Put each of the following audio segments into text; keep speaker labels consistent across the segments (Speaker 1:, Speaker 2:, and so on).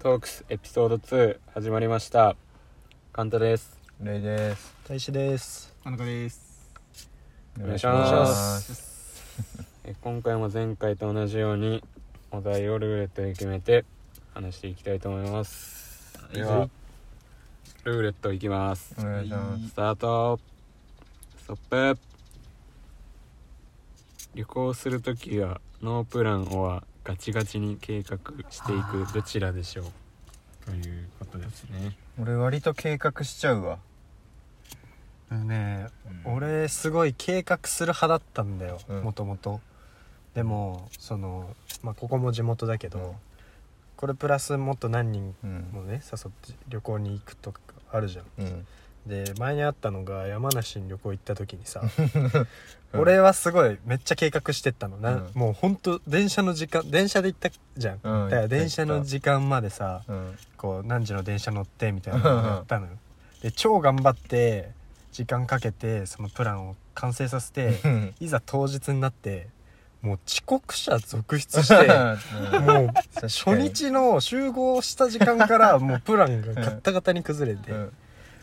Speaker 1: トークスエピソード2始まりましたカンタです
Speaker 2: レイです。
Speaker 3: 大志です
Speaker 4: 田中です。
Speaker 1: お願いしますえ今回も前回と同じようにお題をルーレットで決めて話していきたいと思いますではルーレットいきます
Speaker 2: お願いします。
Speaker 1: スタートストップ旅行するときはノープランをはガチガチに計画していくどちらでしょうということですね
Speaker 2: 俺割と計画しちゃうわ。
Speaker 3: あのね俺すごい計画する派だったんだよ
Speaker 2: うん
Speaker 3: もともとでもそのまあここも地元だけど、
Speaker 2: うん
Speaker 3: これプラスもっと何人
Speaker 2: うん。
Speaker 3: もね誘って旅行に行くとかあるじゃん
Speaker 2: うん。
Speaker 3: で前にあったのが山梨に旅行行った時に さ俺はすごいめっちゃ計画してったのな、
Speaker 2: うん
Speaker 3: もうほんと電車の時間電車で行ったじゃん、
Speaker 2: うん
Speaker 3: だから電車の時間までさ、
Speaker 2: うん。
Speaker 3: こう何時の電車乗ってみたいなのをやったのよで超頑張って時間かけてそのプランを完成させていざ当日になってもう遅刻者続 出してもう初日の集合した時間からもうプランがガッタガタに崩れて、
Speaker 2: うん。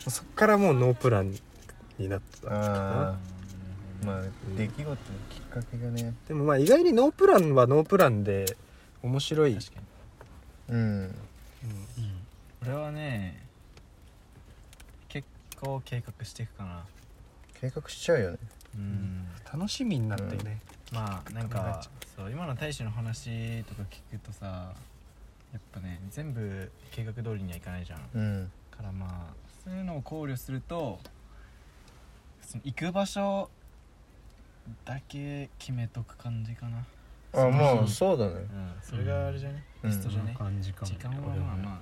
Speaker 3: そっからもうノープランになったか
Speaker 2: あ
Speaker 3: な
Speaker 2: あ。まあ出来事のきっかけがね。
Speaker 3: でもまあ意外にノープランはノープランで面白い
Speaker 4: 確かに。
Speaker 2: うん。
Speaker 4: 俺はね、結構計画していくかな。
Speaker 2: 計画しちゃうよね。
Speaker 4: うん。
Speaker 3: 楽しみになったよね、
Speaker 4: まあなん
Speaker 3: 考え
Speaker 4: か
Speaker 3: ちゃ
Speaker 4: そう今の大使の話とか聞くとさ、やっぱね全部計画通りにはいかないじゃん。
Speaker 2: うん。
Speaker 4: からまあそういうのを考慮すると、その行く場所だけ決めとく感じかな。
Speaker 2: あまあそうだね
Speaker 4: う。ん。それがあれじゃね。
Speaker 2: うん
Speaker 4: ベストじゃね。
Speaker 1: 感じか
Speaker 4: 時間はまあまあ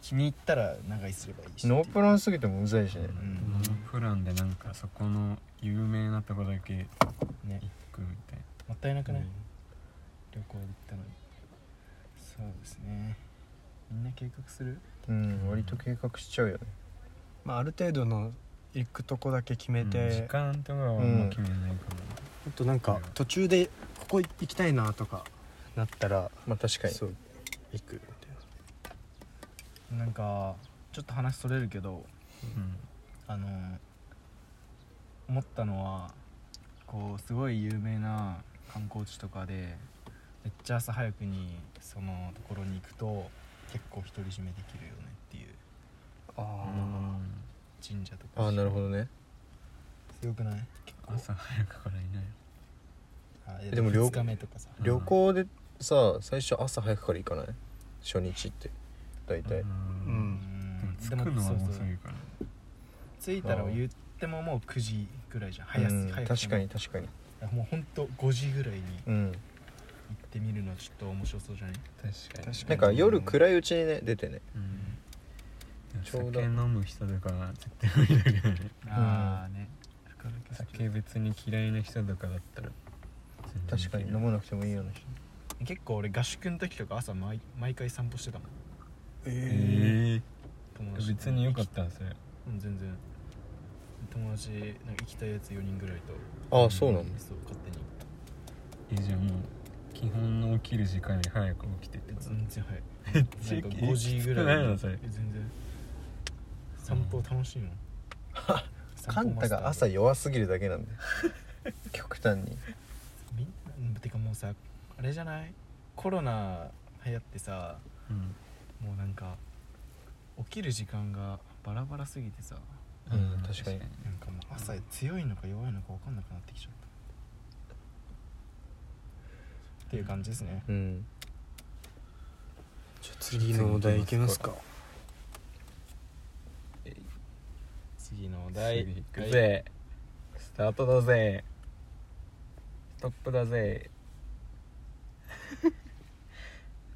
Speaker 4: 気に入ったら長居すればいいし。
Speaker 2: ノープランすぎてもうざいしね。
Speaker 4: うん
Speaker 1: ノープランでなんかそこの有名なとこだけ
Speaker 4: ね。
Speaker 1: 行くみたい
Speaker 4: もったいなくない、
Speaker 3: うん
Speaker 4: 旅行行ったのにそうですねみんな計画する
Speaker 2: うん。割と計画しちゃうよね。
Speaker 3: まあ、ある程度の行くとこだけ決めて、
Speaker 1: な、時間とかはあんま決めないか
Speaker 3: あとなんか途中でここ行きたいなとかなったら、
Speaker 2: まあ確かに。
Speaker 3: そう行くみた
Speaker 4: なんかちょっと話それるけど
Speaker 1: も、
Speaker 4: あの思ったのはこうすごい有名な観光地とかでめっちゃ朝早くにそのところに行くと結構独り占めできるよねっていう
Speaker 3: いなあ
Speaker 1: うん
Speaker 4: 神社とか
Speaker 2: ああなるほどね。
Speaker 4: すごくない結構
Speaker 1: 朝早くからいない
Speaker 4: あ
Speaker 2: でも両
Speaker 4: 2日目とかさ
Speaker 2: 旅行でさ最初朝早くから行かない？初日って大体。
Speaker 3: う
Speaker 1: うん
Speaker 3: ん
Speaker 1: でも着くのは
Speaker 4: そうそ
Speaker 1: 遅
Speaker 4: う
Speaker 1: いから
Speaker 4: 着いたら言ってももう9時ぐらいじゃん早す、
Speaker 2: うん
Speaker 4: 早くても
Speaker 2: 確かに確かに。
Speaker 4: もうほんと5時ぐらいに行
Speaker 2: うん。
Speaker 4: ってみるのはちょっと面白そうじゃない
Speaker 1: 確かに
Speaker 2: なんか夜暗いうちにね出てね
Speaker 1: うん
Speaker 2: ちょう
Speaker 1: 酒
Speaker 2: ど
Speaker 1: 飲む人とかは絶対無理だけどね
Speaker 4: ああね
Speaker 1: 酒別に嫌いな人とかだったら
Speaker 2: 確かに飲まなくてもいいような人
Speaker 4: 結構俺合宿の時とか朝毎毎回散歩してたもん
Speaker 3: え
Speaker 1: え
Speaker 4: 友
Speaker 1: え
Speaker 4: 達と
Speaker 1: 別によかったんそれ
Speaker 4: うん全然友達なんか行きたいやつ4人ぐらいと
Speaker 2: ああそうなの
Speaker 4: そう勝手に
Speaker 1: えじゃあもう基本の起きる時間より早く起きてってこと
Speaker 4: 全然早い
Speaker 1: めっ
Speaker 4: なんか5時ぐらい
Speaker 1: きつくないのそれ
Speaker 4: え全然散歩楽しいもん 散
Speaker 2: カ
Speaker 4: 歩
Speaker 2: ン
Speaker 4: マ
Speaker 2: タ
Speaker 4: スター
Speaker 2: が朝弱すぎるだけなんだよ極端に
Speaker 4: みんなうんてかもうさあれじゃないコロナ流行ってさ
Speaker 1: うん
Speaker 4: もうなんか起きる時間がバラバラすぎてさ
Speaker 2: うん確かに
Speaker 4: なんかもう朝強いのか弱いのか分かんなくなってきちゃったっていう感じですね
Speaker 2: うん
Speaker 3: じゃあ次のお題いけますか
Speaker 4: 次のお
Speaker 1: はい
Speaker 4: 題
Speaker 1: 行く
Speaker 4: はい
Speaker 1: ぜスタートだぜストップだ ぜ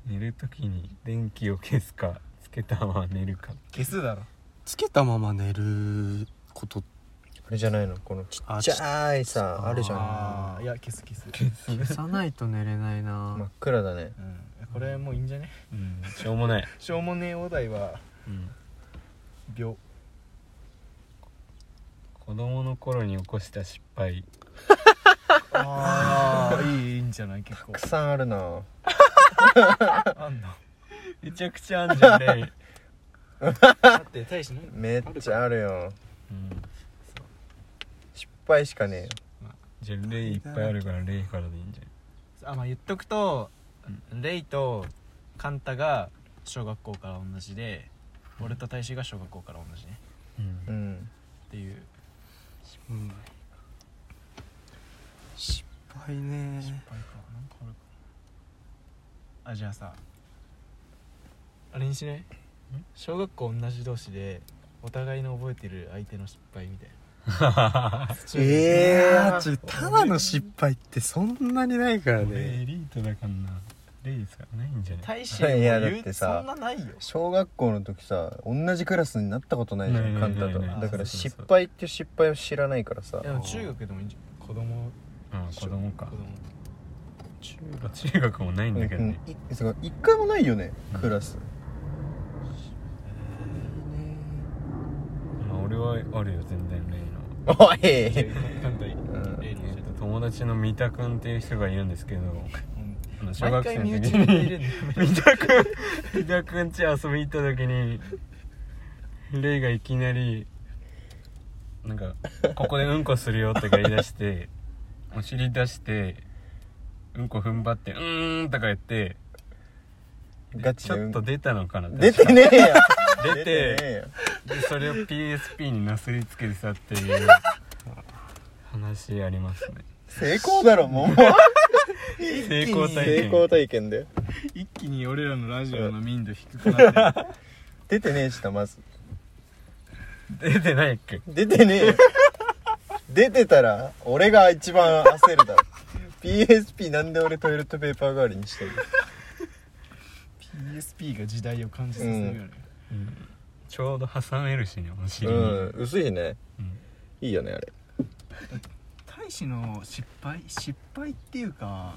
Speaker 1: 寝るときに電気を消すかつけたまま寝るか
Speaker 4: 消すだろ
Speaker 3: つけたまま寝ること
Speaker 2: あれじゃないのこのちっちゃいさ
Speaker 3: あ
Speaker 2: あるじゃん
Speaker 4: あーいや消す消す消す、
Speaker 3: 消さないと寝れない な、
Speaker 2: 真っ暗だね
Speaker 4: うん、これもういいんじゃね
Speaker 1: うんしょうもない、
Speaker 4: しょうもねえお題は
Speaker 1: うん、
Speaker 4: 秒
Speaker 1: 子供の頃に起こした失敗
Speaker 4: ああいいいいんじゃない結構
Speaker 2: たくさんあるな
Speaker 4: あんのめちゃくちゃあんじゃんレミだって大しない
Speaker 2: めっちゃあるよ
Speaker 1: うん
Speaker 2: 失敗しかねえよ
Speaker 1: じゃあレイいっぱいあるからレイからでいいんじ
Speaker 4: あまあ言っとくと、レイとカンタが小学校から同じで俺と大志が小学校から同じね
Speaker 1: ゃん
Speaker 2: う、ん
Speaker 4: っていう
Speaker 3: うん失敗ね
Speaker 4: 失敗かなんかあるかあじゃあさあれにしない小学校同じ同士でお互いの覚えてる相手の失敗みたいな
Speaker 3: ええ
Speaker 2: ー
Speaker 3: ー、ただの失敗ってそんなにないから
Speaker 1: 俺
Speaker 3: ね
Speaker 1: エリートだからなレイですからないんじゃない
Speaker 4: 大志も
Speaker 2: いやだっ
Speaker 4: 言う
Speaker 2: て
Speaker 4: そ
Speaker 2: さ
Speaker 4: んなないよ
Speaker 2: 小学校の時さ同じクラスになったことないじゃ
Speaker 1: ない
Speaker 2: ん
Speaker 1: ない
Speaker 2: カンタと
Speaker 1: ない
Speaker 4: ない
Speaker 2: だから
Speaker 1: そうそう
Speaker 2: 失
Speaker 1: そう
Speaker 2: 敗っていう失敗を知らないからさ
Speaker 4: いやでも中学でもいいんじゃん子供
Speaker 1: あ子供か
Speaker 4: 子供
Speaker 1: 中学中学もないんだけどね、
Speaker 2: うんいそうか一回もないよね
Speaker 1: うん
Speaker 2: クラス
Speaker 1: まあ、俺はあるよ全然レイの
Speaker 2: おい
Speaker 4: じゃあカンタいい
Speaker 2: うん
Speaker 4: 例の教えて
Speaker 1: 友達の三田君っていう人がいるんですけどあの小
Speaker 4: 毎
Speaker 1: 学生
Speaker 4: 回
Speaker 1: の
Speaker 4: 身内
Speaker 1: 時
Speaker 4: に入れ
Speaker 1: に
Speaker 4: るの
Speaker 1: 三田君三田君家遊び行った時にレイがいきなりなんか「ここでうんこするよ」とか言い出してお尻出してうんこ踏ん張って「うーん」とか言って
Speaker 2: ガチ
Speaker 1: ち
Speaker 2: で
Speaker 1: ょっと出たのかな
Speaker 2: 出てねえよ
Speaker 1: 確か出て
Speaker 2: ねえよ
Speaker 1: でそれを PSP になすりつけてたっていう話ありますね
Speaker 2: 成功だろもう
Speaker 1: 成功体験
Speaker 2: 成功体験だよ
Speaker 4: 一気に俺らのラジオの民度低くなってる
Speaker 2: 出てねえしなまず
Speaker 1: 出てないっけ
Speaker 2: 出てねえよ出てたら俺が一番焦るだろ PSP なんで俺トイレットペーパー代わりにしてる
Speaker 4: PSP が時代を感じさせるよね、
Speaker 1: ちょうど挟めるしねお尻
Speaker 2: う
Speaker 1: に、
Speaker 2: ん薄いね
Speaker 1: うん
Speaker 2: いいよねあれ
Speaker 4: 大使の失敗失敗っていうか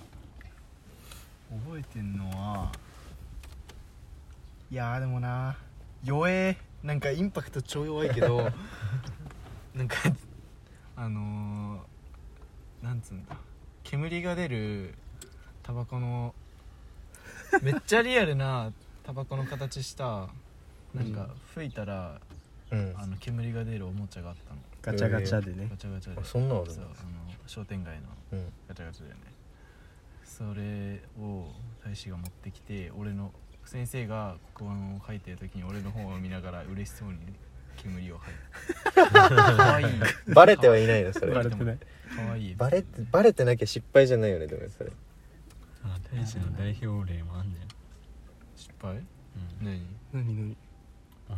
Speaker 4: 覚えてんのはいやーでもな弱えなんかインパクト超弱いけどなんかあのー、なんつうんだ煙が出るタバコのめっちゃリアルなタバコの形したなんか吹いたら
Speaker 2: うん
Speaker 4: あの煙が出るおもちゃがあったの
Speaker 3: ガチャガチャでね
Speaker 4: ガチャガチャで
Speaker 2: あそんなのあるん
Speaker 4: そ
Speaker 2: だ
Speaker 4: うあの商店街の
Speaker 2: うん
Speaker 4: ガチャガチャだよねそれを大使が持ってきて俺の先生が黒板を書いてる時に俺の方を見ながら嬉しそうに煙を吐いてかわいい
Speaker 2: バレてはいないのそ
Speaker 4: バ
Speaker 2: れ
Speaker 4: レ
Speaker 3: バレ
Speaker 4: て
Speaker 3: て
Speaker 4: も
Speaker 3: ない
Speaker 4: かわいい
Speaker 2: バレてバレてなきゃ失敗じゃないよねでもそれ
Speaker 1: あ大地の代表例もあんじ
Speaker 4: 失敗
Speaker 1: ゃん、
Speaker 4: 何
Speaker 3: 何何
Speaker 1: うん、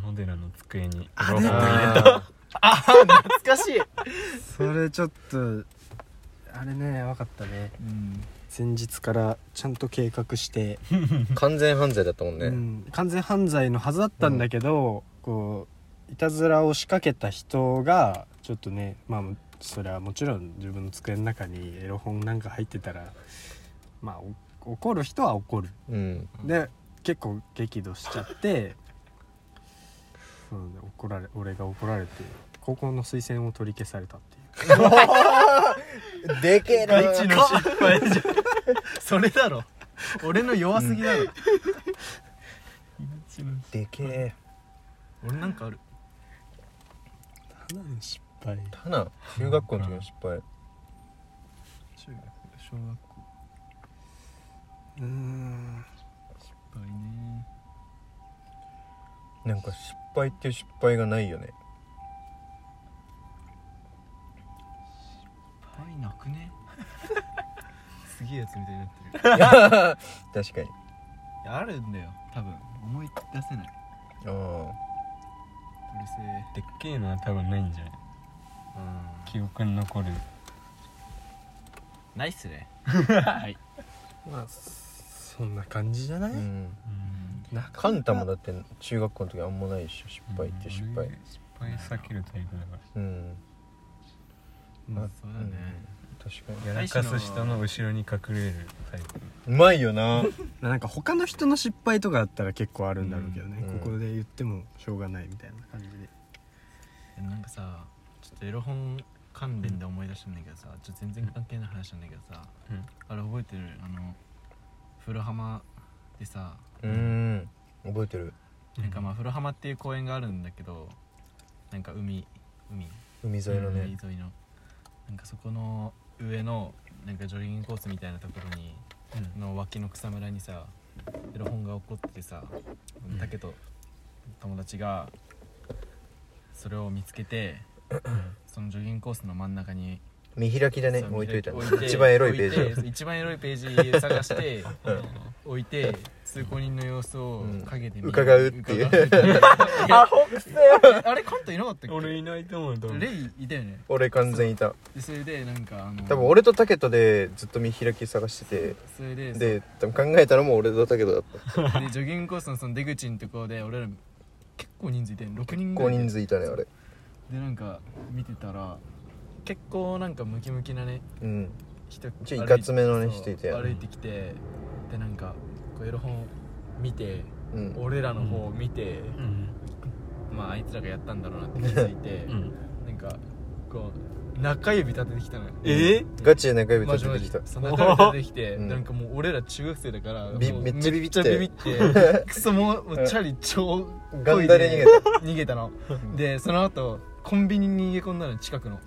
Speaker 1: 小野寺の机に
Speaker 3: あ
Speaker 1: ロボ
Speaker 3: 出
Speaker 1: 入れた
Speaker 2: あ
Speaker 4: 懐かしい
Speaker 3: それちょっとあれね分かったね
Speaker 4: うん
Speaker 3: 前日からちゃんと計画して、
Speaker 2: ー完全犯罪だったもん
Speaker 3: う
Speaker 2: ね
Speaker 3: ん、完全犯罪のはずだったんだけど、こういたずらを仕掛けた人がちょっとねまあそれはもちろん自分の机の中にエロ本なんか入ってたらまあお怒る人は怒る
Speaker 2: うん
Speaker 3: で結構激怒しちゃってそうね怒られ俺が怒られて高校の推薦を取り消されたっていう
Speaker 2: でけえな
Speaker 4: 大地の失敗じゃんそれだろ俺の弱すぎだろ、
Speaker 2: でけえ
Speaker 4: 俺なんかある
Speaker 3: かなり失敗
Speaker 2: たな中学校の時の失敗
Speaker 4: 中学小学校
Speaker 3: うーん
Speaker 4: 失敗ね
Speaker 2: なんか失敗っていう失敗がないよね
Speaker 4: はいなくねすげえやつみたいになってる
Speaker 2: 確かに
Speaker 4: いやあるんだよ多分思い出せないう
Speaker 2: あ
Speaker 4: るせえ
Speaker 1: でっけえのは多分ないんじゃない
Speaker 4: うん
Speaker 1: 記憶に残る
Speaker 4: ないっすね
Speaker 3: まあそんな感じじゃな
Speaker 2: あ
Speaker 3: い、
Speaker 2: うん
Speaker 1: うん
Speaker 3: なかなか
Speaker 2: カンタもだって中学校の時あんまないでしょ失敗っていう失敗
Speaker 1: 俺失敗避けるタイプだか
Speaker 2: うん
Speaker 3: まあ
Speaker 4: そうだね
Speaker 2: 確かに
Speaker 1: らやらかす人の後ろに隠れるタイプ
Speaker 2: うまいよな
Speaker 3: なんか他の人の失敗とかだったら結構あるんだろうけどね、
Speaker 2: うん
Speaker 3: ここで言ってもしょうがないみたいな感じで
Speaker 4: でもなんかさちょっとエロ本関連で思い出したんだけどさちょっと全然関係ない話なんだけどさ、
Speaker 1: うん
Speaker 4: あれ覚えてるあの古浜でさ
Speaker 2: うん覚えてる
Speaker 4: なんかまあ風呂浜っていう公園があるんだけどなんか海海
Speaker 2: 海沿いのね
Speaker 4: 海沿いのなんかそこの上のなんかジョギングコースみたいなところに、の脇の草むらにさエロ本が起こっててさ竹と友達がそれを見つけ て、そのジョギングコースの真ん中に
Speaker 2: 見開きでね
Speaker 4: そう
Speaker 2: 置いといたの
Speaker 4: 置いて
Speaker 2: 一番エロいペ
Speaker 4: 置い
Speaker 2: ージ
Speaker 4: て一番エロいページ探して置いて通行人の様子を
Speaker 2: うん
Speaker 4: 陰で見
Speaker 2: 伺うっていう
Speaker 4: あほくあれカントいなかったっけ
Speaker 1: 俺いないと思う多分
Speaker 4: レイいたよね
Speaker 2: 俺完全いた
Speaker 4: でそれでなんかあの
Speaker 2: 多分俺とタケトでずっと見開き探して
Speaker 4: それで
Speaker 2: てで多分考えたのも俺とタケトだった
Speaker 4: そうでジョギングコースのその出口のところで俺ら結構人数いて6人ぐ
Speaker 2: 5
Speaker 4: らい
Speaker 2: 人数いたねあれ
Speaker 4: でなんか見てたら結構なんかムキムキなね
Speaker 2: うん
Speaker 4: 人
Speaker 2: ちょ
Speaker 4: 歩
Speaker 2: いかつめのね
Speaker 4: そう
Speaker 2: 人いたよね
Speaker 4: 歩いてきてでなんかこうエロ本見て
Speaker 2: うん
Speaker 4: 俺らの方を見て、
Speaker 1: うん
Speaker 4: まああいつらがやったんだろうなって気づいて、
Speaker 1: うん
Speaker 4: なんかこう中指立ててきたのよ
Speaker 1: え
Speaker 2: ガチで中指
Speaker 4: マジ
Speaker 2: 立
Speaker 4: マ
Speaker 2: てて
Speaker 4: ジ
Speaker 2: きた
Speaker 4: そう中指立ててきて、
Speaker 2: うん
Speaker 4: なんかもう俺ら中学生だから
Speaker 2: び
Speaker 4: もう
Speaker 2: めっちゃビビって
Speaker 4: めビビって クソもうもうチャリ超
Speaker 2: ガ
Speaker 4: こ
Speaker 2: ン
Speaker 4: い
Speaker 2: ダレ逃
Speaker 4: で
Speaker 2: げた
Speaker 4: 逃げたのでその後コンビニに逃げ込んだの近くの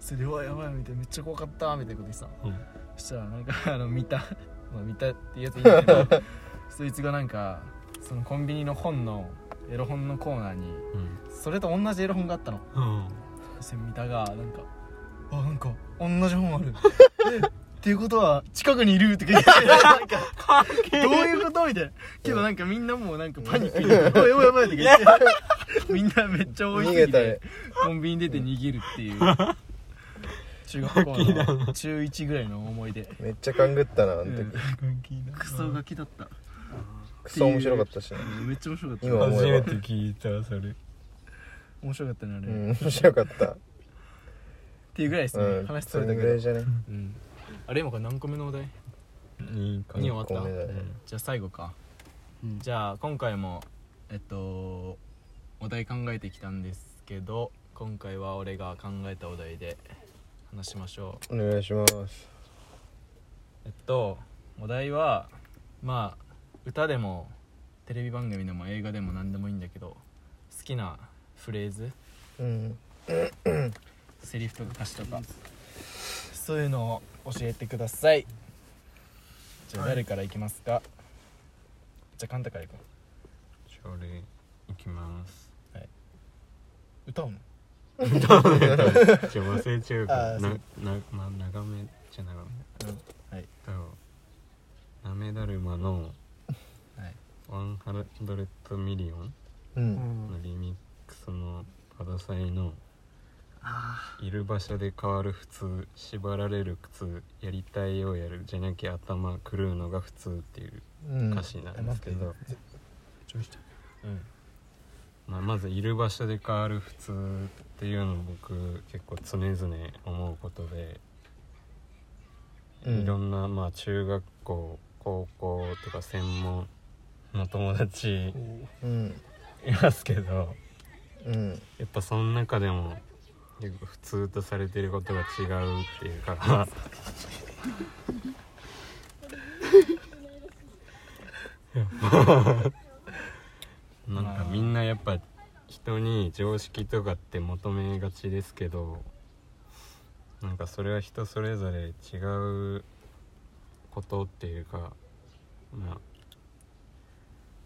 Speaker 4: それで「うわやばい」みたいな「めっちゃ怖かった」みたいなこと言ってたそしたらなんかあの見たまあ見たっていうやついいんだけ どそいつがなんかそのコンビニの本のエロ本のコーナーにそれと同じエロ本があったの
Speaker 1: うん
Speaker 4: そして見たがなんか「あなんか同じ本あ る」えっていうことは近くにいるって聞いてなんかどういうことみたいなけどなんかみんなもうなんかパニックに「おいおいやばい」って言って みんなめっちゃ追いす
Speaker 2: 逃
Speaker 4: ぎ
Speaker 2: げたね
Speaker 4: てコンビニ出て逃げるって いう中学校の中1ぐらいの思い出
Speaker 2: めっちゃ勘ぐったなあの時
Speaker 4: クソガキだった
Speaker 2: クソ面白かったしね
Speaker 4: めっちゃ面白かった
Speaker 2: 今思
Speaker 1: 初
Speaker 2: え
Speaker 1: め
Speaker 2: ば
Speaker 1: て聞いたそれ
Speaker 4: 面白かったねあれ、
Speaker 2: う
Speaker 4: っ
Speaker 2: ん面白かった
Speaker 4: ていうぐらいですね、
Speaker 2: うん
Speaker 4: 話
Speaker 2: そ
Speaker 4: それ
Speaker 2: れ
Speaker 4: た
Speaker 2: ぐ
Speaker 4: け
Speaker 2: らい
Speaker 4: ど、
Speaker 2: じゃね
Speaker 4: うん、あれ今から何個目のお題
Speaker 1: いいか
Speaker 4: に終わった
Speaker 2: ごめんなさい
Speaker 4: じゃあ最後か、
Speaker 1: うん
Speaker 4: じゃあ今回もえっとお題考えてきたんですけど今回は俺が考えたお題で話しましょう
Speaker 2: お願いします
Speaker 4: えっとお題はまあ歌でもテレビ番組でも映画でも何でもいいんだけど好きなフレーズ
Speaker 2: うん
Speaker 4: セリフとか歌詞とかそういうのを教えてくださいじゃあ誰からいきますか、じゃあカンタからいこう
Speaker 1: じゃあ俺行きます
Speaker 4: 歌うの
Speaker 1: じゃあ忘れちゃうか
Speaker 2: あ
Speaker 1: ら
Speaker 2: ー
Speaker 1: な
Speaker 2: そ
Speaker 1: なまあ長めじゃ長め
Speaker 4: はい
Speaker 1: だろうなめだるまの
Speaker 4: はい
Speaker 1: 100ミリオン
Speaker 2: う
Speaker 3: うんん
Speaker 1: のリミックスの肌祭のいる場所で変わる普通縛られる苦痛やりたいようやるじゃなきゃ頭狂うのが普通っていう
Speaker 2: うん
Speaker 1: 歌詞なんですけど、
Speaker 4: うん
Speaker 1: まあ、まずいる場所で変わる普通っていうのを僕結構常々思うことで、
Speaker 2: うん
Speaker 1: いろんなまあ中学校高校とか専門の友達
Speaker 2: うん
Speaker 1: いますけど
Speaker 2: うん
Speaker 1: やっぱその中でも結構普通とされてることが違うっていうか なんかみんなやっぱ人に常識とかって求めがちですけどなんかそれは人それぞれ違うことっていうかま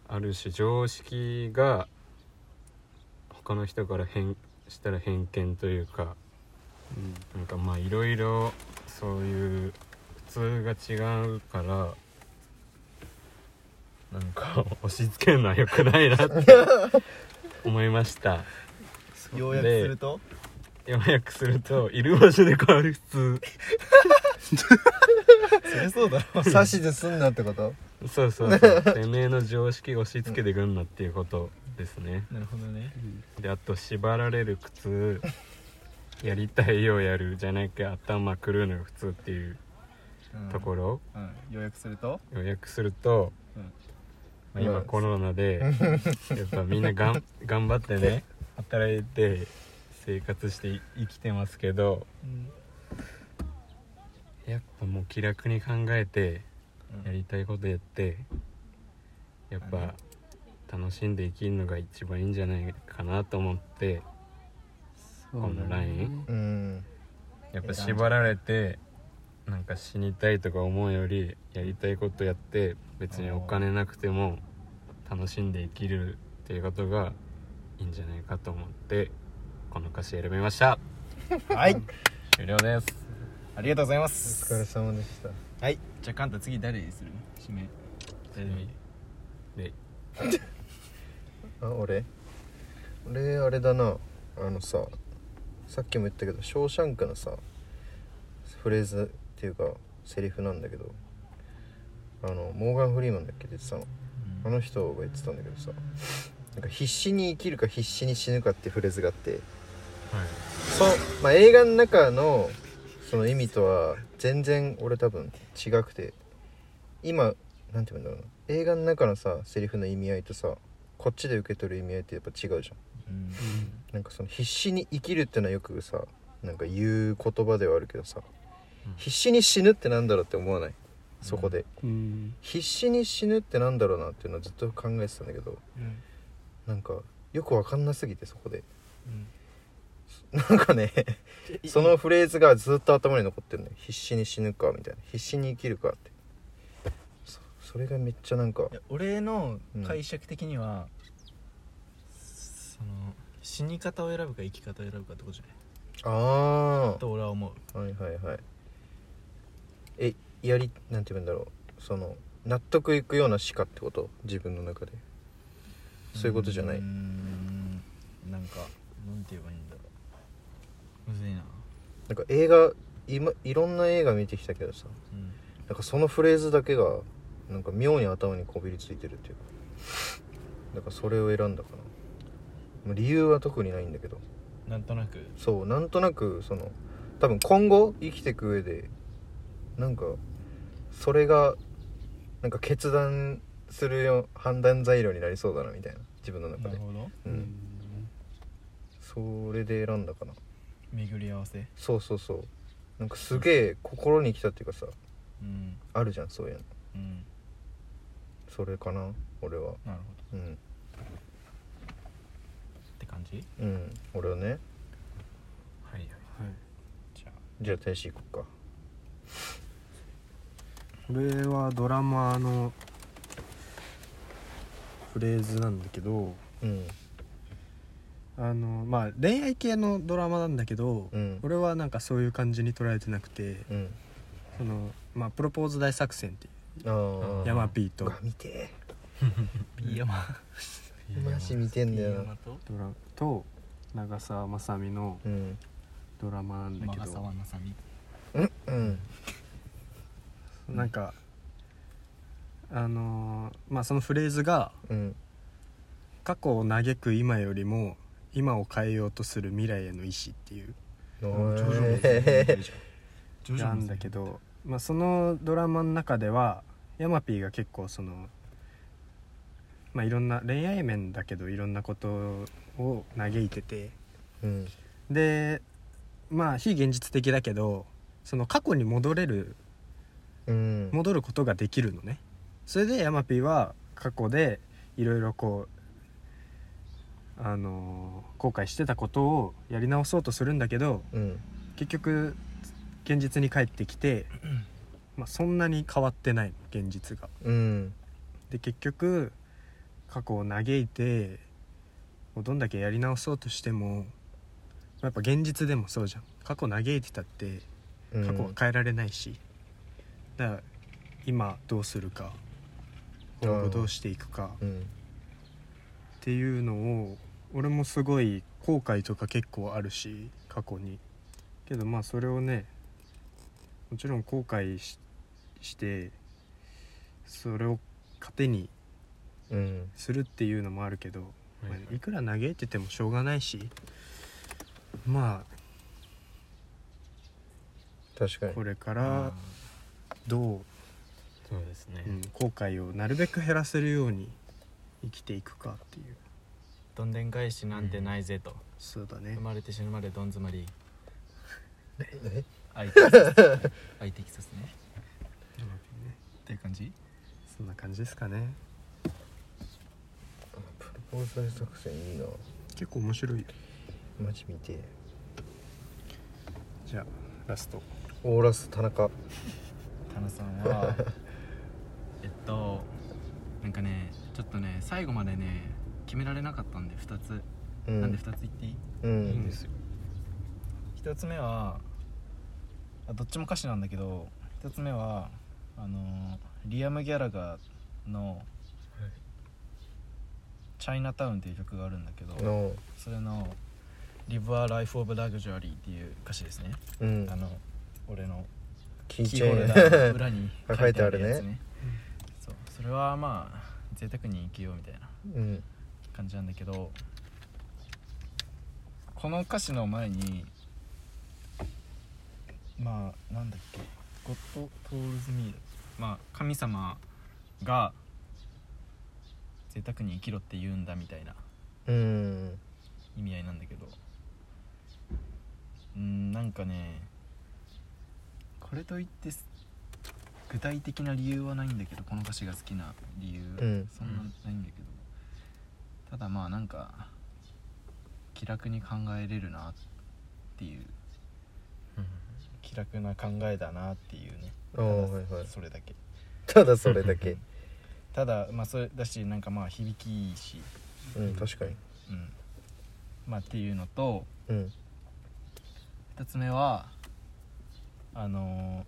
Speaker 1: あある種常識が他の人から変したら偏見というか、なんかまあいろいろそういう普通が違うからなんか 押し付けるのは良くないなって思いました
Speaker 2: ようやくすると
Speaker 1: ようやくするといる場所で変わる普
Speaker 2: 指図すんなってこと
Speaker 1: 通そうそうそうてめえの常識押し付けてくんなっていうことですね
Speaker 4: なるほどね
Speaker 1: であと縛られる苦痛やりたいようやるじゃなきゃ頭狂うのが普通っていうところ、
Speaker 4: うん、予約すると
Speaker 1: 予約すると、
Speaker 4: うん
Speaker 1: まあ今コロナ でやっぱみんながん頑張ってね働いて生活してい生きてますけど
Speaker 4: うん
Speaker 1: やっぱもう気楽に考えて
Speaker 4: うん
Speaker 1: やりたいことやってやっ
Speaker 4: あ
Speaker 1: ぱ楽しんで生きるのが一番いいんじゃないかなと思ってこのライン
Speaker 2: うん
Speaker 1: やっぱ縛られてなんか死にたいとか思うよりやりたいことやって別にお金なくても楽しんで生きるっていうことがいいんじゃないかと思ってこの歌詞選びました
Speaker 4: はい
Speaker 1: 終了です
Speaker 4: ありがとうございま
Speaker 2: お
Speaker 4: す
Speaker 2: 疲れ様でした
Speaker 4: はいじゃあカンタ次誰にする指名誰でもいい
Speaker 1: で
Speaker 2: あ俺俺あれだなあのささっきも言ったけど「ショーシャンク」のさフレーズっていうかセリフなんだけどあのモーガン・フリーマンだっけ出てたのあの人が言ってたんだけどさなんか必死に生きるか必死に死ぬかってフレーズがあって
Speaker 1: はい
Speaker 2: そ、まあ、映画の中のその意味とは全然俺多分違くて今なんて言うんだろうな映画の中のさセリフの意味合いとさこっちで受け取る意味合いってやっぱ違うじゃん
Speaker 4: うん
Speaker 2: なんかその必死に生きるってのはよくさなんか言う言葉ではあるけどさ、
Speaker 1: うん
Speaker 2: 必死に死ぬってなんだろうって思わないそこで、
Speaker 3: うん
Speaker 2: 必死に死ぬってなんだろうなっていうのをずっと考えてたんだけど
Speaker 4: うん
Speaker 2: なんかよくわかんなすぎてそこで
Speaker 4: うん
Speaker 2: なんかねそのフレーズがずっと頭に残ってるのよ必死に死ぬかみたいな必死に生きるかってそそれがめっちゃなんか
Speaker 4: いや俺の解釈的には、その死に方を選ぶか生き方を選ぶかってことじゃない
Speaker 2: ああは
Speaker 4: と俺は思う
Speaker 2: いはいはいえやりなんて言うんだろうその納得いくような死かってこと自分の中でそういうことじゃないう
Speaker 4: ーんなんかなんて言えばいいんだろうむずいな
Speaker 2: なんか映画今いろんな映画見てきたけどさ
Speaker 4: うん
Speaker 2: なんかそのフレーズだけがなんか妙に頭にこびりついてるっていうかだからそれを選んだかなまあ理由は特にないんだけど
Speaker 4: なんとなく
Speaker 2: そうなんとなくその多分今後生きていく上でなんかそれがなんか決断するよ判断材料になりそうだなみたいな自分の中
Speaker 4: なる
Speaker 2: で、
Speaker 4: ほど
Speaker 2: うん、それで選んだかな
Speaker 4: 巡り合わせ
Speaker 2: そうそうそうなんかすげえ心に来たっていうかさ
Speaker 4: うん
Speaker 2: あるじゃんそういうの
Speaker 4: うん
Speaker 2: それかな俺は
Speaker 4: なるほど
Speaker 2: うん
Speaker 4: って感じ
Speaker 2: うん俺はね
Speaker 1: はいはい
Speaker 4: じゃ
Speaker 2: じゃあ天使行こ
Speaker 3: 俺はドラマのフレーズなんだけど
Speaker 2: うかうん
Speaker 3: あのまあ恋愛系のドラマなんだけど、
Speaker 2: うん
Speaker 3: 俺はなんかそういう感じに捉えてなくて
Speaker 2: うん
Speaker 3: その、まあ、プロポーズ大作戦ってい
Speaker 2: ああ
Speaker 3: う山 P と
Speaker 2: うわ見て
Speaker 4: あ B 山
Speaker 2: えマジ見てん
Speaker 4: B
Speaker 2: だよな
Speaker 4: 山と
Speaker 3: ドラと長澤まさみの
Speaker 2: うん
Speaker 3: ドラマなんだけ
Speaker 4: 長
Speaker 3: ど
Speaker 4: 澤まさみ
Speaker 2: うん
Speaker 3: なんかあのーまあそのフレーズが
Speaker 2: うん
Speaker 3: 過去を嘆く今よりも今を変えようとする未来への意志っていう
Speaker 2: お
Speaker 4: 徐々に
Speaker 2: ー
Speaker 4: 徐々に
Speaker 3: なんだけど、まあ、そのドラマの中ではヤマピーが結構その、まあ、いろんな恋愛面だけどいろんなことを嘆いてて
Speaker 2: うん
Speaker 3: でまあ非現実的だけどその過去に戻れる
Speaker 2: うん
Speaker 3: 戻ることができるのねそれでヤマピーは過去でいろいろこうあの後悔してたことをやり直そうとするんだけど
Speaker 2: うん
Speaker 3: 結局現実に帰ってきて、まあ、そんなに変わってない現実が
Speaker 2: うん
Speaker 3: で結局過去を嘆いてもうどんだけやり直そうとしてもやっぱ現実でもそうじゃん過去嘆いてたって
Speaker 2: うん
Speaker 3: 過去は変えられないし、だから今どうするか今後どうしていくか
Speaker 2: う
Speaker 3: っ
Speaker 2: ん
Speaker 3: ていうのを俺もすごい後悔とか結構あるし過去にけどまあそれをねもちろん後悔ししてそれを糧に
Speaker 2: うん
Speaker 3: するっていうのもあるけど、
Speaker 1: はい
Speaker 3: まあいくら嘆いててもしょうがないしま
Speaker 2: 確か
Speaker 3: あ
Speaker 2: に
Speaker 3: これか
Speaker 4: あ
Speaker 3: らどう
Speaker 1: そうですね、
Speaker 3: うん、後悔をなるべく減らせるように生きていくかっていう
Speaker 4: ーどんでん返しなんてないぜと
Speaker 3: そうだね
Speaker 4: 生まれて死ぬまでどん詰まり
Speaker 2: え
Speaker 4: 相手相手きさすねっていう感じ
Speaker 3: そんな感じですかね
Speaker 2: 交際作戦いいな
Speaker 3: 結構面白い
Speaker 2: マジ見てえ
Speaker 3: じゃあラスト
Speaker 2: オーラス田中
Speaker 4: 田中さんは えっとなんかねちょっとね最後までね決められなかったんで2つ、
Speaker 2: う
Speaker 4: なんで2つ言っていい
Speaker 2: うん
Speaker 1: いいんですよ
Speaker 4: 1つ目はあどっちも歌詞なんだけど1つ目はあのーリアム・ギャラガーの「チャイナタウン」っていう曲があるんだけど
Speaker 2: の
Speaker 4: それの「Live a Life of Luxury」っていう歌詞ですね
Speaker 2: うん
Speaker 4: あの俺の
Speaker 2: キ
Speaker 4: キ
Speaker 2: ーチ
Speaker 4: ーホル
Speaker 2: ェ
Speaker 4: ダ
Speaker 2: ー
Speaker 4: ーの
Speaker 2: ン
Speaker 4: 裏に
Speaker 2: あ
Speaker 4: 書いてあるや
Speaker 2: 書いてあ
Speaker 4: つ
Speaker 2: る
Speaker 4: ねそうそれはまあ贅沢に生きようみたいな
Speaker 2: うん
Speaker 4: 感じなんだけどこの歌詞の前にまあなんだっけ「ゴッド・トールズ・ミー」まあ神様が贅沢に生きろって言うんだみたいな
Speaker 2: うん
Speaker 4: 意味合いなんだけどうんなんかねこれといってす具体的な理由はないんだけどこの歌詞が好きな理由、
Speaker 2: うん
Speaker 4: そんなないんだけどただまあなんか気楽に考えれるなっていう気楽な考えだなっていうね
Speaker 2: ああはいはい
Speaker 4: それだけ
Speaker 2: ただそれだけ
Speaker 4: ただまあそれだしなんかまあ響きいいし、
Speaker 2: うん確かに
Speaker 4: うん、まあっていうのと
Speaker 2: うん
Speaker 4: 2つ目はあの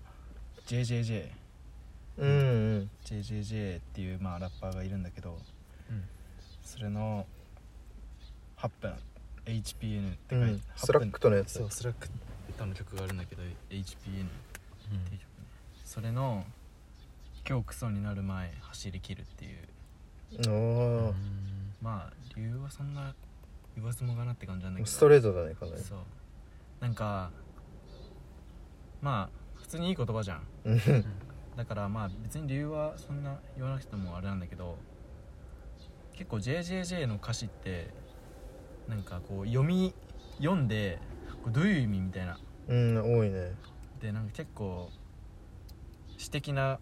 Speaker 4: JJJJJJ
Speaker 2: うんうん
Speaker 4: っていう、まあ、ラッパーがいるんだけど、
Speaker 1: うん
Speaker 4: それの8分 HPN って
Speaker 2: う
Speaker 4: 書いて、
Speaker 2: んスラックとのやつ
Speaker 4: そうスラックとの曲があるんだけど HPN っていう曲ねそれの「今日クソになる前走り切る」っていう
Speaker 2: あ
Speaker 4: まあ理由はそんな言わずもがなって感じなんだけ
Speaker 2: あ
Speaker 4: ど
Speaker 2: ストレートだねかなり
Speaker 4: そうなんかまあ普通にいい言葉じゃん
Speaker 2: うん
Speaker 4: だからまあ別に理由はそんな言わなくてもあれなんだけど結構 JJJ の歌詞ってなんかこう読み読んでこれどういう意味みたいな
Speaker 2: うん多いね
Speaker 4: でなんか結構詩的な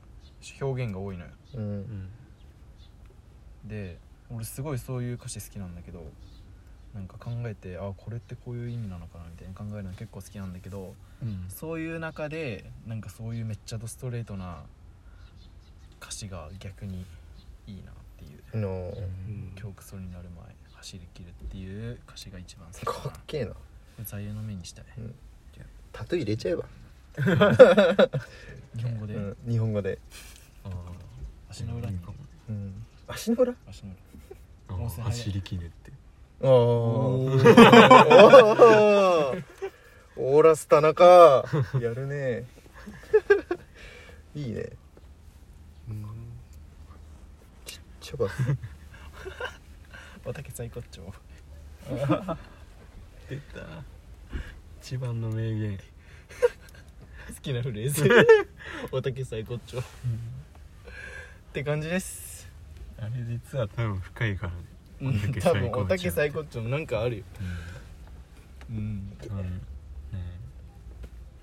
Speaker 4: 表現が多いのよ
Speaker 2: う
Speaker 1: うんん
Speaker 4: で俺すごいそういう歌詞好きなんだけどなんか考えてあこれってこういう意味なのかなみたいに考えるの結構好きなんだけど
Speaker 1: うん
Speaker 4: そういう中でなんかそういうめっちゃドストレートな歌詞が逆にいいなっていう
Speaker 2: の
Speaker 4: 「今日クソになる前走り切る」っていう歌詞が一番好き
Speaker 2: か
Speaker 4: か
Speaker 2: っ
Speaker 4: な
Speaker 2: けえな
Speaker 4: 座右の目にしたい
Speaker 2: タトゥー入れちゃえば
Speaker 4: 日本語で、
Speaker 2: うん日本語で
Speaker 1: あ
Speaker 4: 足の裏に
Speaker 2: うん足の裏
Speaker 4: 足の裏
Speaker 1: あー
Speaker 4: 温泉入れ
Speaker 1: 走りきるって
Speaker 2: あーおーオーラス田中やるねいいねちょば
Speaker 4: おたけ最高潮
Speaker 1: 出た一番の名言
Speaker 4: 好きなフレーズおたけ最高潮って感じです
Speaker 1: あれ実は多分深いからね
Speaker 4: う
Speaker 1: おた
Speaker 4: ん
Speaker 1: け
Speaker 4: 多
Speaker 1: 最高潮
Speaker 4: 分おたけ最高潮なんかあるようん
Speaker 1: うんねえ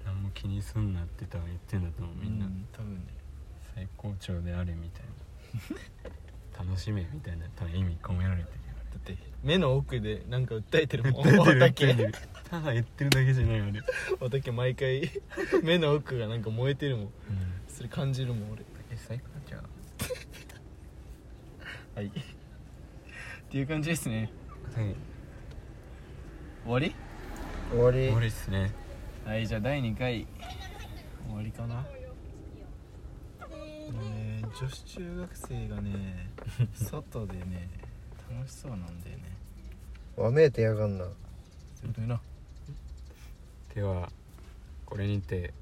Speaker 1: 何も気にすんなって多分言ってんだと思うみんな、
Speaker 4: う多分ね
Speaker 1: 最高潮であれみたい な楽しめみたいな多分意味込められてる
Speaker 4: だって目の奥でなんか訴えてるもん
Speaker 1: よあれ
Speaker 4: おた
Speaker 1: 言って
Speaker 4: け
Speaker 1: るただ言ってるだけじゃないあれ、うん、
Speaker 4: おたけ毎回 目の奥がなんか燃えてるもんそれ感じるもん俺
Speaker 1: 最高潮
Speaker 4: はいっていう感じですね
Speaker 1: はい
Speaker 4: 終わり
Speaker 2: 終わり
Speaker 1: 終わりっすね
Speaker 4: はいじゃあ第2回終わりかなもうね女子中学生が ね外でね楽しそうなんだよね
Speaker 2: わめいてやがんな
Speaker 4: それとな
Speaker 1: ではこれにて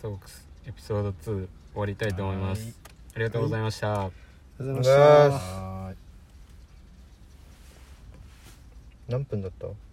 Speaker 1: ソークスエピソード2終わりたいと思いま
Speaker 4: はい
Speaker 1: すありがとうございました、
Speaker 3: ありがとう
Speaker 2: う
Speaker 3: ご
Speaker 2: ご
Speaker 3: ざ
Speaker 2: ざい
Speaker 3: いま
Speaker 2: ま
Speaker 3: し
Speaker 2: した何分だった